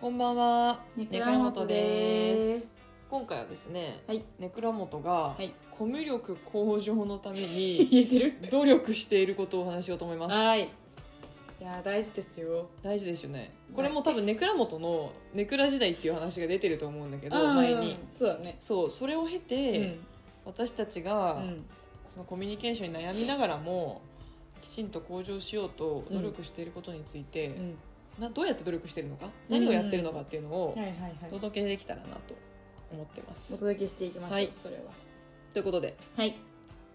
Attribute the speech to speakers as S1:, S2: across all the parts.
S1: こんばんは。
S2: ネクラモトです
S1: 今回はですね、
S2: はい
S1: ネクラモトが
S2: はい
S1: コミュ力向上のため に
S2: 言えてる
S1: 努力していることをお話しようと思います。
S2: はいいやー大事ですよ
S1: 大事ですよね。これも多分ネクラモトのネクラ時代っていう話が出てると思うんだけど、前に。
S2: そうだね
S1: そう、それを経て、私たちが、
S2: うんうん
S1: そのコミュニケーションに悩みながらもきちんと向上しようと努力していることについて、
S2: うん
S1: などうやって努力してるのか、
S2: うん
S1: 何をやってるのかっていうのを
S2: はいはいはい
S1: お
S2: お
S1: 届けできたらなと思ってます。
S2: 届けしていきましょう、
S1: はい
S2: それは
S1: ということで
S2: はい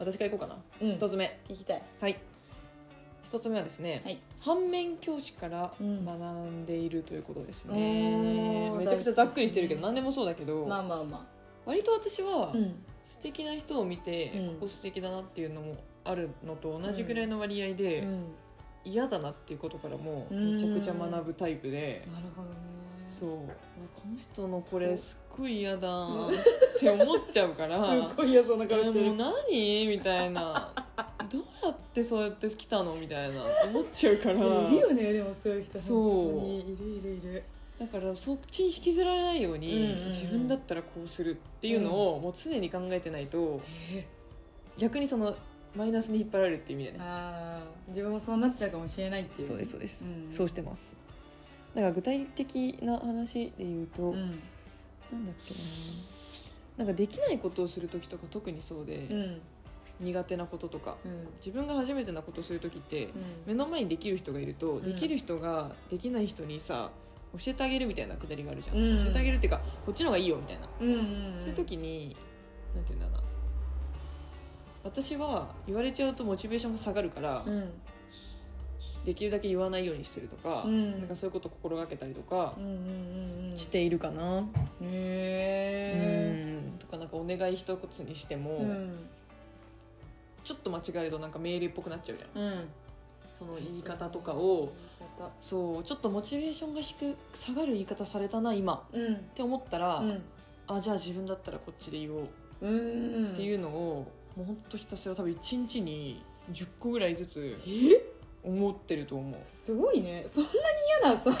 S1: 私からいこうかな。
S2: うん
S1: 一、つ目
S2: 聞きたい
S1: はい一つ目はですね、
S2: はい
S1: 反面教師から
S2: うん
S1: 学んでいるということですね、
S2: おー
S1: めちゃくちゃざっくりしてるけど、
S2: 大事ですね
S1: 何でもそうだけど、
S2: まあまあま
S1: 割と私は
S2: あうん
S1: 素敵な人を見て、
S2: うん
S1: ここ素敵だなっていうのもあるのと同じぐらいの割合で、
S2: うん
S1: 嫌だなっていうことからも
S2: うん
S1: めちゃくちゃ学ぶタイプで、
S2: なるほどね
S1: そううこの人のこ
S2: そう
S1: れすっごい嫌だって思っちゃうから
S2: すっごい嫌そうな
S1: え
S2: 顔して
S1: も
S2: る
S1: う何みたい などうやってそうやって来たのみたいな思っちゃうから
S2: いるよねでもそういう人
S1: そう
S2: 本当にいるいるいる
S1: だからそっちに引きずられないように、
S2: うんうんうん
S1: 自分だったらこうするっていうのをもう常に考えてないと逆にそのマイナスに引っ張られるっていう意味だね
S2: あー自分もそうなっちゃうかもしれないっていう
S1: そうですそうです、
S2: うん
S1: そうしてますだから具体的な話で言うと、
S2: うん
S1: なんだっけななんかできないことをする時とか特にそうで、
S2: うん
S1: 苦手なこととか
S2: うん
S1: 自分が初めてなことをする時って、
S2: うん
S1: 目の前にできる人がいると、
S2: ん
S1: できる人ができない人にさ教えてあげるみたいなくだりがあるじゃん、
S2: うん
S1: 教えてあげるっていうかこっちの方がいいよみたいな、
S2: うんうんうん
S1: そういう時になんて言うんだろうな私は言われちゃうとモチベーションが下がるから、
S2: うん
S1: できるだけ言わないようにするとか,、
S2: うん
S1: なんかそういうことを心がけたりとか
S2: うんうんうんうん
S1: しているかな、
S2: へ
S1: うんとかなんかお願い一つにしても、
S2: えうん
S1: ちょっと間違えるとなんか命令っぽくなっちゃうじゃん
S2: うん
S1: その言い方とかをそうちょっとモチベーションが低く下がる言い方されたな今
S2: うん
S1: って思ったら、
S2: うん
S1: あじゃあ自分だったらこっちで言おう
S2: うん
S1: っていうのを、もうほんとひたすら多分1日に10個ぐらいずつ
S2: え
S1: 思ってると思う
S2: すごいねそんなに嫌なさ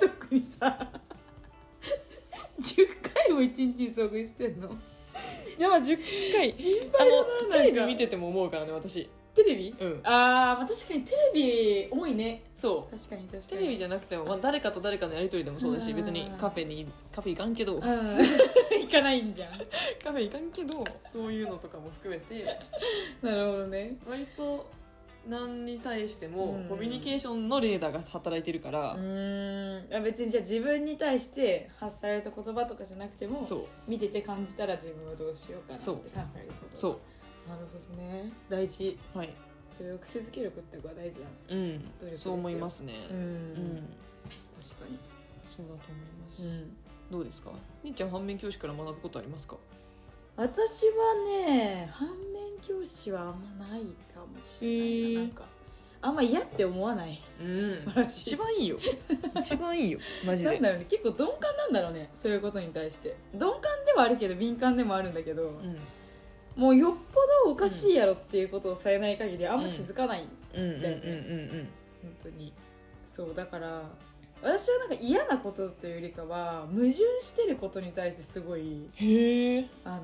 S2: 特にさ10回も一日に遭遇してんの
S1: いや10回
S2: 心
S1: あの
S2: 配だな
S1: テレビ
S2: なんか
S1: 見てても思うからね私
S2: テレビ
S1: うん
S2: あーまあ確かにテレビ多いね
S1: そう
S2: 確かに確か
S1: テ
S2: に
S1: レビじゃなくても、まあ、誰かと誰かのやり取りでもそうだし
S2: うん
S1: 別にカフェにカフェ行かんけど
S2: うん行かないんじゃん
S1: カフェ行かんけどそういうのとかも含めて
S2: なるほどね
S1: 割と何に対しても
S2: うん
S1: コミュニケーションのレーダーが働いてるから、
S2: うーんあ別にじゃあ自分に対して発された言葉とかじゃなくても
S1: そう
S2: 見てて感じたら自分はどうしようかなって
S1: そう
S2: 考えるってこと
S1: そ
S2: なるほどね大事
S1: うはい
S2: それを癖づけることが大事だね
S1: うん
S2: 努力です
S1: そ
S2: よ
S1: う思いますね
S2: うん、
S1: うん、
S2: 確かに
S1: そうだと思います、
S2: うん
S1: どうですかみーちゃん反面教師から学ぶことありますか
S2: 私はね反面教師はあんまないかもしれ
S1: へー
S2: ないななんかあんま嫌って思わない
S1: うん
S2: 私
S1: 一番いい よ一番いいよマジ
S2: なん
S1: で
S2: だろうね結構鈍感なんだろうねそういうことに対して鈍感ではあるけど敏感でもあるんだけど、もうよっぽどおかしいやろっていうことをされない限りあんま気づかない、
S1: うんうんうんうん
S2: だよ本当にそうだから私はなんか嫌なことというよりかは矛盾してることに対してすごい
S1: うんへえ
S2: あの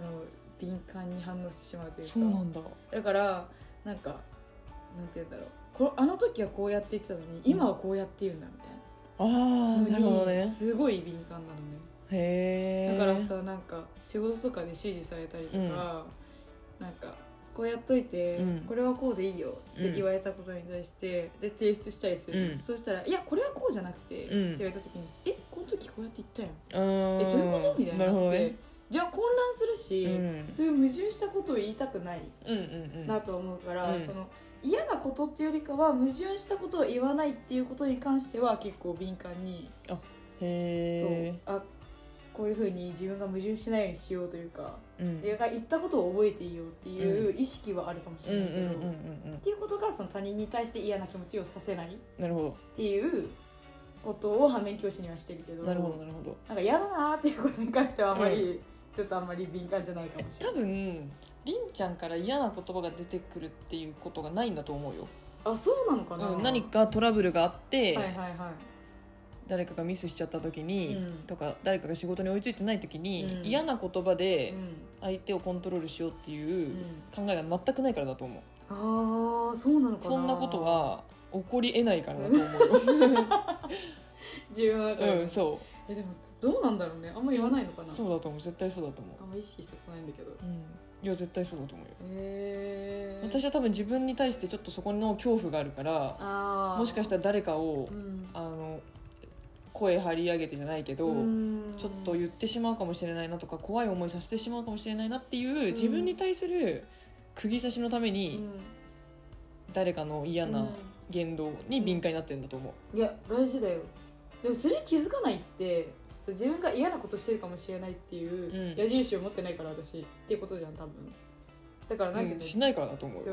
S2: 敏感に反応してしまうというか
S1: そうなんだ
S2: だからなんかなんて言うんだろうこあの時はこうやって言ってたのに今はこうやって言うんだみたいな
S1: ああなるほどね
S2: すごい敏感なのね
S1: へ
S2: だ
S1: え
S2: からさなんか仕事とかで指示されたりとか、
S1: うん
S2: なんかこうやっといて、
S1: うん
S2: これはこうでいいよって言われたことに対して、で提出したりする、
S1: うん
S2: そうしたら「いやこれはこうじゃなくて」
S1: うん
S2: って言われた時に「えこの時こうやって言った
S1: あー
S2: やんえどういうこと?」みたいに
S1: な
S2: な
S1: るほど
S2: っ
S1: ね
S2: てじゃあ混乱するし、
S1: うん
S2: そういう矛盾したことを言いたくない
S1: うんうんうん
S2: なと思うから、
S1: うん
S2: その嫌なことっていうよりかは矛盾したことを言わないっていうことに関しては結構敏感に
S1: へ
S2: そうあこういうふうに自分が矛盾しないようにしようというか、
S1: えうん
S2: 自分が言ったことを覚えていいようっていう意識はあるかもし
S1: うん
S2: れ
S1: う
S2: なんいけど、
S1: うんうん
S2: っ
S1: うん
S2: ていうことがその他人に対して嫌な気持ちをさせないっ
S1: なるほ
S2: ていうことを反面教師にはしてるけど
S1: どなるほどなるほど
S2: なんか嫌だなーっていうことに関してはあんまり、ちょっとあんまり敏感じゃないかもしれ
S1: 多分りんちゃんから嫌な言葉が出てくるっていうことがないんだと思うよ、
S2: ないあそうなのかな、
S1: うん、何かトラブルがあって、
S2: はいはいはい
S1: 誰かがミスしちゃった時に、
S2: うん
S1: とか誰かが仕事に追いついてない時に、
S2: うん
S1: 嫌な言葉
S2: う
S1: で
S2: ん
S1: 相手をコントロールしようって
S2: う
S1: いうん考えが全くないからだと思う
S2: ああそうなのかな
S1: そんなことは起こりえないからだと思
S2: 自分は、
S1: うようんそ
S2: えでもどうなんだろうねあんま言わないのか
S1: う
S2: な
S1: そうだと思う絶対そうだと思う
S2: あんま意識したことないんだけどへ
S1: うんいや絶対そうだと思うよ
S2: えー、
S1: 私は多分自分に対してちょっとそこの恐怖があるから
S2: あ
S1: もしかしたたら誰かを、
S2: うん
S1: あの声張り上げてじゃないけど、
S2: うん
S1: ちょっと言ってしまうかもしれないなとか怖い思いさせてしまうかもしれないなっていう、自分に対する釘刺しのため
S2: う
S1: に
S2: ん
S1: 誰かの嫌
S2: う
S1: なん言動に敏感になってるんだと思う、
S2: いや大事だよでもそれに気づかないってそう自分が嫌なことしてるかもしれないっていう、
S1: うん
S2: 矢印を持ってないから私っていうことじゃん多分だからなんて
S1: うん
S2: 言
S1: しないからだと思う
S2: うの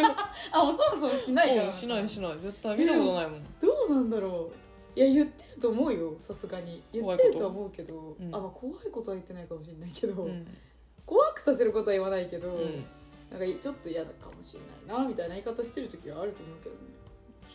S1: よ、
S2: あもうそもそもしないから
S1: うんしないしない絶対見たことないもん、
S2: どうなんだろういや言ってると思うよさすがに言ってるとは思うけど
S1: 怖いことうん
S2: あ、まあ、怖いことは言ってないかもしれないけど、
S1: うん
S2: 怖くさせることは言わないけど、
S1: うん
S2: なんかちょっと嫌だかもしれないなみたいな言い方してる時はあると思うけどね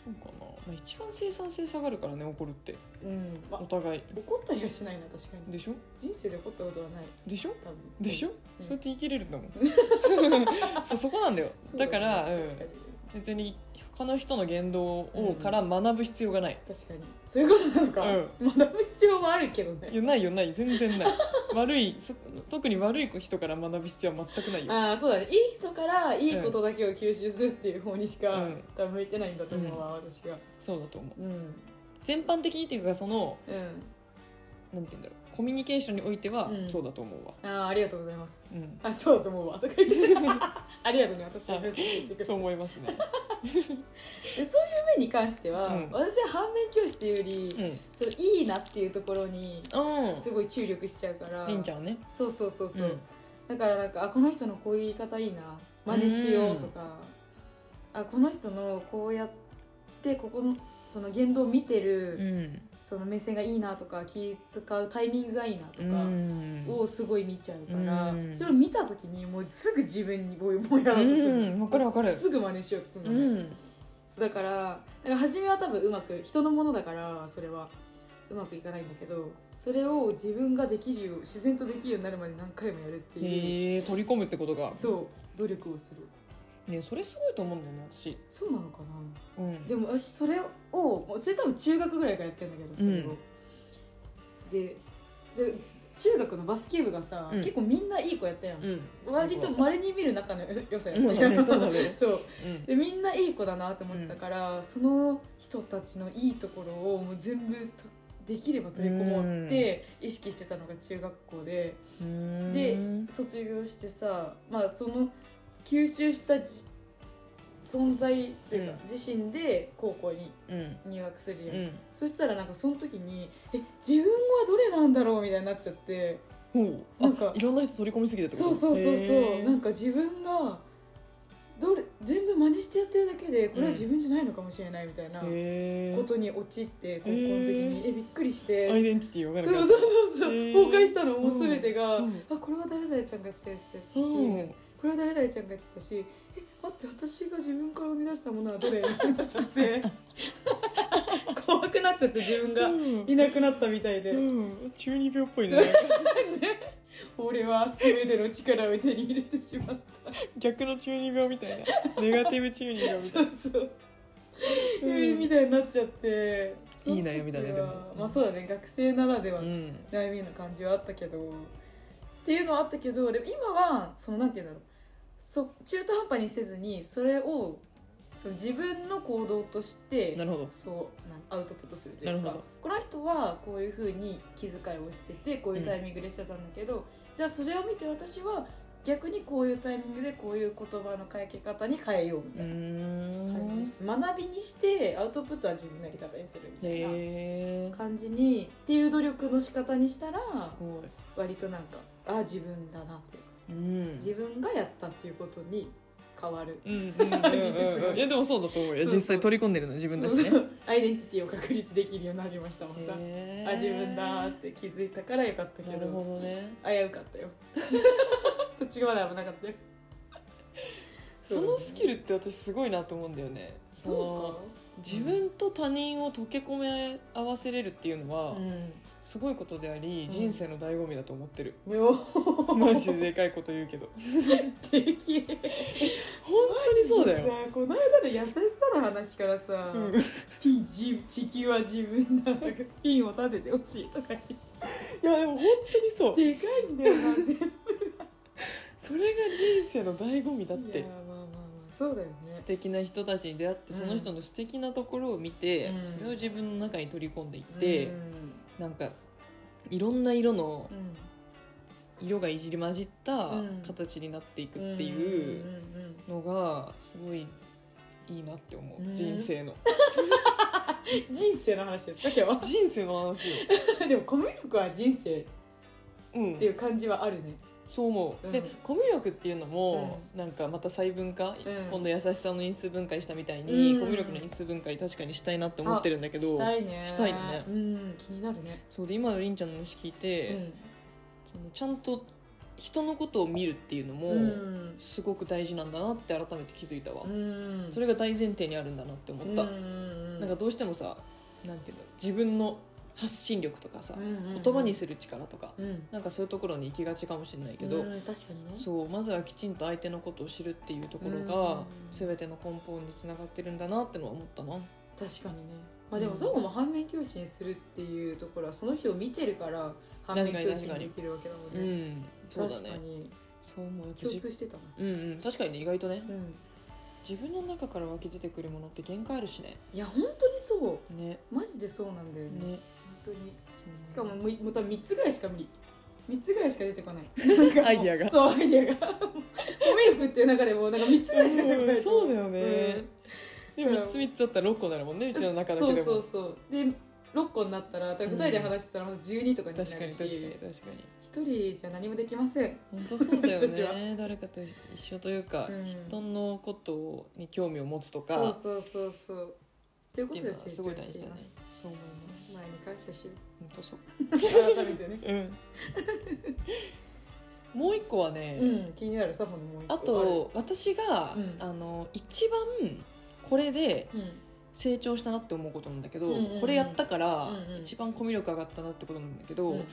S1: そうかな、まあ、一番生産性下がるからね怒るって
S2: うん、ま
S1: お互い
S2: あ、怒ったりはしないな確かに
S1: でしょ
S2: 人生で怒ったことはない
S1: でしょ
S2: 多分
S1: でしょ、
S2: うん
S1: そうやって生きれるんだもん そうそこなんだよ
S2: そう
S1: だから、
S2: ね
S1: うん
S2: 確かに
S1: 別に他の人の言動を
S2: うん
S1: から学ぶ必要がない、
S2: 確かにそういうことなのか、学ぶ必要もあるけど
S1: い
S2: ね
S1: やないよない全然ない悪いそ特に悪い人から学ぶ必要は全くないよ
S2: ああそうだねいい人からいいことだけを吸収するっていう方にしか、
S1: うん
S2: 多分向いてないんだと思うわ、私が
S1: そうだと思う
S2: うんうん
S1: 全般的にっていうかそのなんて言うんだろうコミュニケーションにおいては
S2: うん
S1: そうだと思うわ、
S2: ああありがとうございます
S1: うん
S2: あそうだと思うわとか言ってありがとうね私は分析してくれて
S1: そう思いますね、
S2: でそういう面に関しては、
S1: うん
S2: 私は反面教師というより、
S1: うん
S2: そのいいなっていうところに
S1: うん
S2: すごい注力しちゃうから、
S1: りんちゃんはね
S2: そうそうそうそう、
S1: うん
S2: だからなんかあこの人のこういう言い方いいな真似しようとか、あこの人のこうやってここのその言動を見てる、
S1: うん
S2: その目線がいいなとか気使うタイミングがいいなと
S1: う
S2: か。
S1: ん
S2: をすごい見ちゃうから、
S1: うん
S2: それを見た時にもうすぐ自分にもうもうやろうとする、
S1: うんわかるわかる
S2: すぐ真似しようとする
S1: う
S2: のね、
S1: ん
S2: そうだからなんか初めは多分うまく人のものだからそれはうまくいかないんだけどそれを自分ができるよう自然とできるようになるまで何回もやるっていう、
S1: へえ取り込むってことが
S2: そう努力をする
S1: ねそれすごいと思うんだよね私、
S2: そうなのか
S1: うん
S2: なでも私それをもうそれ多分中学ぐらいからやってんだけどそれを、でで中学のバスケ部がさ、
S1: うん
S2: 結構みんないい子やったやん、
S1: うん
S2: 割とまれに見る仲の良さやった
S1: そうだ
S2: やん
S1: ねそうだね
S2: そう
S1: うん
S2: でみんないい子だなと思ってたから、その人たちのいいところをもう全部とできれば取り込もうって意識してたのが中学校で、
S1: うん
S2: で卒業してさ、まあ、その吸収したじ存在というか、
S1: うん
S2: 自身で高校に
S1: うん
S2: 入学する
S1: う
S2: やん、
S1: ん
S2: そしたらなんかその時にえ自分はどれなんだろうみたいになっちゃって
S1: ほう
S2: なんか
S1: あいろんな人取り込みすぎてってこ
S2: そ
S1: と
S2: うそうそうそう
S1: へ
S2: な
S1: ー
S2: んか自分がどれ全部真似してやってるだけでこれは自分じゃないのかもしれないみたいなこ
S1: へー
S2: とに陥って高校の時に
S1: へー
S2: えびっくりし
S1: アイ
S2: て
S1: デンティティが
S2: そう
S1: 分か
S2: そ
S1: る
S2: う
S1: か
S2: そうそう
S1: へー
S2: 崩壊したのもう全てがあ
S1: うん
S2: これは誰々ちゃんがやってたやつですし
S1: らそう
S2: これは誰々ちゃんがやってたしえ待って私が自分から生み出したものはどれ みたいになっちゃって 怖くなっちゃって自分が
S1: うん
S2: いなくなったみたいで
S1: うん中二病っぽいね
S2: 俺は全ての力を手に入れてしまった。
S1: 逆の中二病みたいなネガティブ中二病みた
S2: そ
S1: いう
S2: そう、
S1: うん
S2: えーみたいになっちゃって
S1: いい悩みだね
S2: その時は
S1: でも
S2: まあそうだね学生ならで
S1: な
S2: は
S1: う
S2: の
S1: ん
S2: 悩みの感じはあったけど、っていうのはあったけどでも今はそのなんて言うんだろうそ中途半端にせずにそれをその自分の行動として
S1: なるほど
S2: そうなんアウトプットするとい
S1: な
S2: う
S1: る
S2: か
S1: ほど
S2: この人はこういうふうに気遣いをしててこういうタイミングでしてたんだけど、じゃあそれを見て私は逆にこういうタイミングでこういう言葉の変え方に変えようみ
S1: う
S2: たいな。感じ
S1: ー
S2: に
S1: ん
S2: して学びにしてアウトプットは自分のやり方にするみたいな
S1: へー
S2: 感じにっていう努力の仕方にしたら
S1: すごい
S2: 割となんかあ自分だなっていうか
S1: うん
S2: 自分がやったっていうことに変わる
S1: うんうんうんうんうんいやでもそうだと思うよ
S2: そうそう
S1: 実際取り込んでるの自分だしね
S2: そうそうアイデンティティを確立できるようになりましたまた
S1: へー
S2: あ自分だって気づいたからよかったけ
S1: なる
S2: ど
S1: ほどね
S2: 危うかったよ途中まで危なかったよ
S1: そのスキルって私すごいなと思うんだよね
S2: そ
S1: その自分と他人を溶け込め合わせれるっていうの
S2: う
S1: は
S2: かうん
S1: すごいことであり、
S2: ん
S1: 人生の醍醐味だと思 ってる、
S2: よ
S1: マジででかいこと言うけど
S2: できえ
S1: 本当にそうだよ、
S2: さこの間の優しさの話からさ、
S1: うん、
S2: ピンじ地球は自分だとかピンを立ててほしいとか言って
S1: いやでも本当にそう
S2: でかいんだよな全部
S1: それが人生の醍醐味だっ
S2: い
S1: て
S2: やまあまあまあそうだよね
S1: 素敵な人たちに出会って
S2: うん
S1: その人の素敵なところを見て、
S2: うん
S1: それを自分の中に取り込んでいって、
S2: うん
S1: なんかいろんな色の
S2: うん
S1: 色がいじり混じった
S2: うん
S1: 形になっていくっていうんうん
S2: う
S1: の
S2: ん
S1: がすごいいいなって思う、
S2: うん
S1: 人生の
S2: うん人生の話ですか今 日
S1: 人生の話よ、
S2: は でもコミュ力は人生っ
S1: うん
S2: てい、う感じはあるね
S1: そう思う、
S2: うん
S1: でコミュ力っていうのも、なんかまた細分化、
S2: ん
S1: 今度優しさの因数分解したみたいに、
S2: うん
S1: コミュ力の因数分解確かにしたいなって思ってるんだけど
S2: したいね
S1: したいね
S2: うん気になるね
S1: そうで今のりんちゃんの話聞いて、そのちゃんと人のことを見るっていうのも、
S2: うん
S1: すごく大事なんだなって改めて気づいたわ、
S2: うん
S1: それが大前提にあるんだなって思った、
S2: うんうんうん
S1: なんかどうしてもさなんていうの自分の発信力とかさ、
S2: うんうんうん
S1: 言葉にする力とか、
S2: うん
S1: なんかそういうところに行きがちかもしれないけど、
S2: うん確かにね
S1: そうまずはきちんと相手のことを知るっていうところ
S2: う
S1: が
S2: ん
S1: 全ての根本につながってるんだなってのは思ったな
S2: 確かにね、まあ、でもそもも反面教師にするっていうところはその人を見てるから反面教師にできるわけだもん
S1: う
S2: ね
S1: んそうだ
S2: 確か
S1: ね
S2: に
S1: そう思う
S2: 共通してたな
S1: うんうん確かにね意外とね
S2: うん
S1: 自分の中から湧き出てくるものって限界あるしね
S2: いや本当にそ
S1: ね
S2: うマジでそうなんだよ
S1: ね
S2: ね本当に
S1: そう
S2: しかもむまた3つぐらいしか無理3つぐらいしか出てこないなんかもう
S1: アイデアが
S2: そう アイデアがコミルクっていう中でもなんか3つぐらいしか出てこな
S1: う
S2: い
S1: んそうだよね
S2: うん
S1: でも3つ3つだったら6個なるもんねうちの中だ
S2: そ
S1: け
S2: う
S1: で
S2: そう
S1: も
S2: そうで6個になったら2人で話したらまた12とかになる
S1: 確
S2: し、
S1: かに確かに確かに
S2: 1人じゃ何もできません
S1: 本当そうだよ
S2: 私たち
S1: ね誰かと一緒というか
S2: うん
S1: 人のことに興味を持つとか
S2: そうそうそうそうという
S1: っ
S2: こ
S1: て
S2: と
S1: いう
S2: で
S1: のは
S2: 成
S1: す
S2: 長
S1: ごい大
S2: して
S1: 事
S2: い
S1: だね
S2: ます
S1: そう思います
S2: 前に感謝しよう
S1: 本当そう
S2: 改めてね
S1: うんもう一個はね、
S2: うん気になるサボのもう一個
S1: あと私が、
S2: うん
S1: あの一番これで
S2: ある
S1: 成長したなって思うことなんだけど、
S2: うんうんうん
S1: これやったから、
S2: うんうん
S1: 一番コミュ力上がったなってことなんだけど、
S2: うん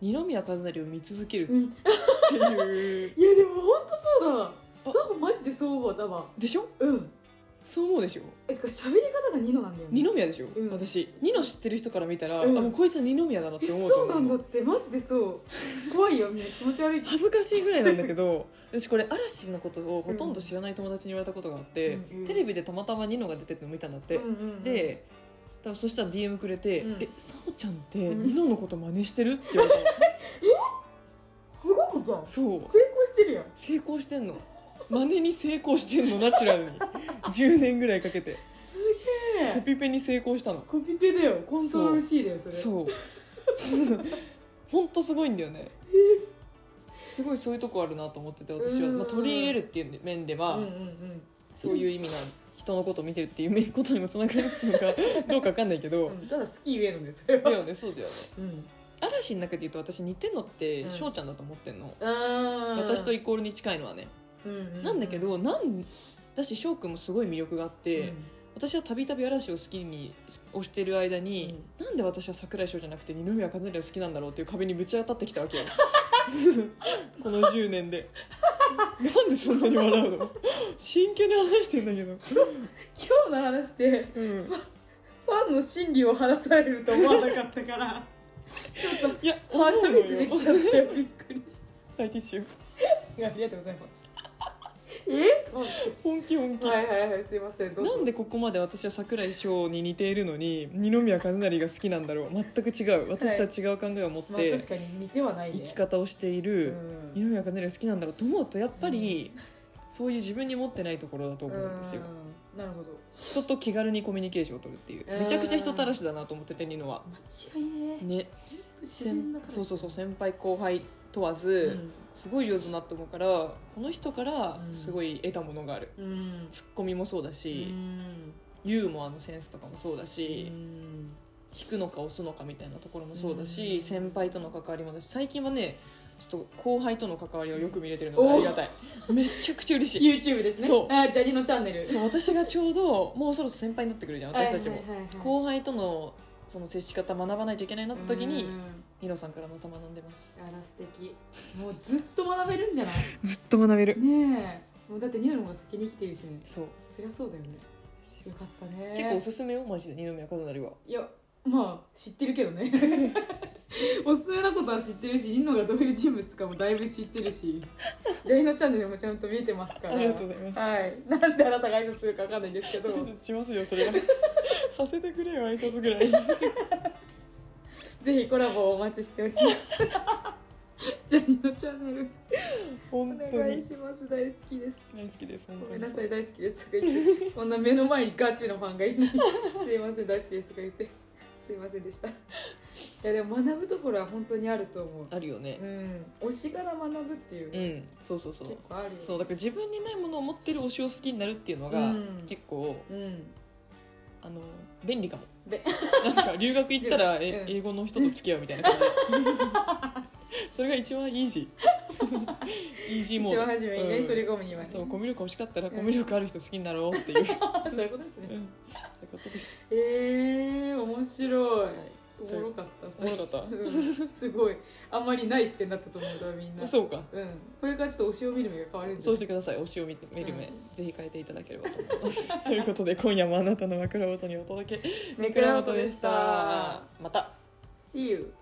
S1: 二宮和也を見続けるっ
S2: うん、うん、い
S1: て いう
S2: やでも本当そう
S1: あ
S2: だサボマジでそうだわ
S1: でしょ
S2: うん
S1: そう思うでしょ
S2: えてか喋り方がニノなんだよ
S1: 二
S2: ね
S1: 宮でしょ、
S2: うん
S1: 私ニノ知ってる人から見たら、
S2: うん
S1: あもうこいつ二宮だなっ
S2: え
S1: て思うと
S2: そう
S1: 思う
S2: なんだってマジで そう怖いよみんな気持ち悪い
S1: 恥ずかしいぐらいなんだけど私これ嵐のことをほとんど知らない友達に言われたことがあって、
S2: うんうん
S1: テレビでたまたまニノが出てるの見たんだって、
S2: うんうんうん
S1: で多分そしたら DM くれて「
S2: うん
S1: えさおちゃんって
S2: うん
S1: ニノのこと真似してる?」って言われたの
S2: すごいじゃん成
S1: そう
S2: 功してるやん
S1: 成功してんの真似に成功してんのナチュラルに10年ぐらいかけて
S2: すげ
S1: コ
S2: え
S1: ピペに成功したの
S2: コピペだよコントロール C だよそれ
S1: そう ほんとすごいんだよねすごいそういうとこあるなと思ってて私は、
S2: うん
S1: まあ、取り入れるっていう面では、
S2: うんうんうん
S1: そういう意味が人のことを見てるっていうことにもつながる のかどうかわかんないけど、
S2: うんただ好き言えるんですそれ
S1: だ
S2: は
S1: よねそうだよね
S2: うん
S1: 嵐の中で言うと私似てんのって
S2: うん
S1: 翔、ちゃんだと思ってんの、私
S2: 私
S1: とイコールに近いのはね、なんだけどなんだし翔くんもすごい魅力があって、私はたびたび嵐を好きに推してる間に、なんで私は桜井翔じゃなくて二宮和也が好きなんだろうっていう壁にぶち当たってきたわけよ この10年 でなんでそんなに笑うの真剣に話してんだけど、
S2: 今日の話で
S1: うん、
S2: ファンの心理を話されると思わなかったから ちょっ
S1: いや
S2: と初めてできちゃったよびっくりし
S1: はいティッシュ
S2: たありがとうございますえと思っ
S1: 本気本気、
S2: てはいはいはいすいませんどう
S1: な
S2: ぞ
S1: んでここまで私は桜井翔に似ているのに二宮和也が好きなんだろう全く違う私とは違う考えを持っ
S2: まあ
S1: て
S2: 確かに似てはないね
S1: 生き方をしていうる
S2: ん
S1: 二宮和也が好きなんだろうと思うとやっぱりそういう自分に持ってないところだと思うんですよ
S2: うんなるほど
S1: 人と気軽にコミュニケーションを取るっていう
S2: うん
S1: めちゃくちゃ人たらしだなと思っててニノは
S2: 間違いね本
S1: ね
S2: 当自然な形
S1: そうそうそう先輩後輩問わず、すごい上手だなって思うからこの人からすごい得たものがある、
S2: うんうん
S1: ツッコミもそうだ
S2: う
S1: し、
S2: ん
S1: ユーモアのセンスとかもそうだし、
S2: うん
S1: 引くのか押すのかみたいなところもそうだし、
S2: うん
S1: 先輩との関わりもだし最近はねちょっと後輩との関わりをよく見れてるのがありがたいめちゃくちゃ嬉しい
S2: YouTube ですね
S1: そう
S2: あジャニのチャンネル
S1: そう私がちょうどもうそろそろ先輩になってくるじゃん私たちも、
S2: はいはいはいはい
S1: 後輩とのその接し方学ばないといけないなって時に
S2: うん
S1: ニロさんからまた学んでます
S2: あら素敵もうずっと学べるんじゃない
S1: ずっと学べる
S2: ねえもうだってニューロンが先に生きてるしね
S1: そう
S2: そりゃそうだよねよかったね
S1: 結構おすすめよマジで二宮和也はい
S2: やまあ知ってるけどね おすすめなことは知ってるしニノがどういう人物かもだいぶ知ってるしジャイのチャンネルもちゃんと見えてますから
S1: ありがとうございます
S2: はい、なんであなたが挨拶するかわかんないんですけど
S1: 挨拶しますよそれはさせてくれよ挨拶ぐらい
S2: ぜひコラボをお待ちしております ジャイのチャンネル
S1: 本
S2: お
S1: 当
S2: 願い
S1: に
S2: します大好きです
S1: 大好きです本
S2: ご
S1: 当
S2: めん
S1: に
S2: なさい大好きですとか言ってこんな目の前にガチのファンがいる のにすいません大好きですとか言ってすいませんでしたいやでも学ぶところは本当にあると思う
S1: あるよね
S2: うん推しから学ぶっていう
S1: う
S2: ね、
S1: んそうそうそう
S2: 結構あるよね
S1: そうだから自分にないものを持ってる推しを好きになるっていうのが、
S2: うん
S1: 結構
S2: うん
S1: あの便利かも
S2: べ
S1: なんか留学行ったら、
S2: うん
S1: え英語の人と付き合うみたいな感じ それが一番イージー イージーモー
S2: 一
S1: ド
S2: 番初めにね、
S1: うん
S2: 取り込むにはね
S1: そうコ
S2: ミ
S1: ミュ力欲しかったら
S2: うん
S1: コミュ力ある人好きになろうっていう
S2: ュ そういうことです
S1: う
S2: ね
S1: んそういうことです
S2: えー、面白いおもろかった
S1: おもろかった
S2: うんすごいあんまりない視点だったと思うんだみんな
S1: そうか
S2: うんこれからちょっと推しを見る目が変わるんじゃ
S1: そう
S2: ない
S1: してください推しを見て見る目、
S2: うん
S1: ぜひ変えていただければと思いますということで今夜もあなたの枕元にお届け
S2: 目くら元でした
S1: また
S2: See you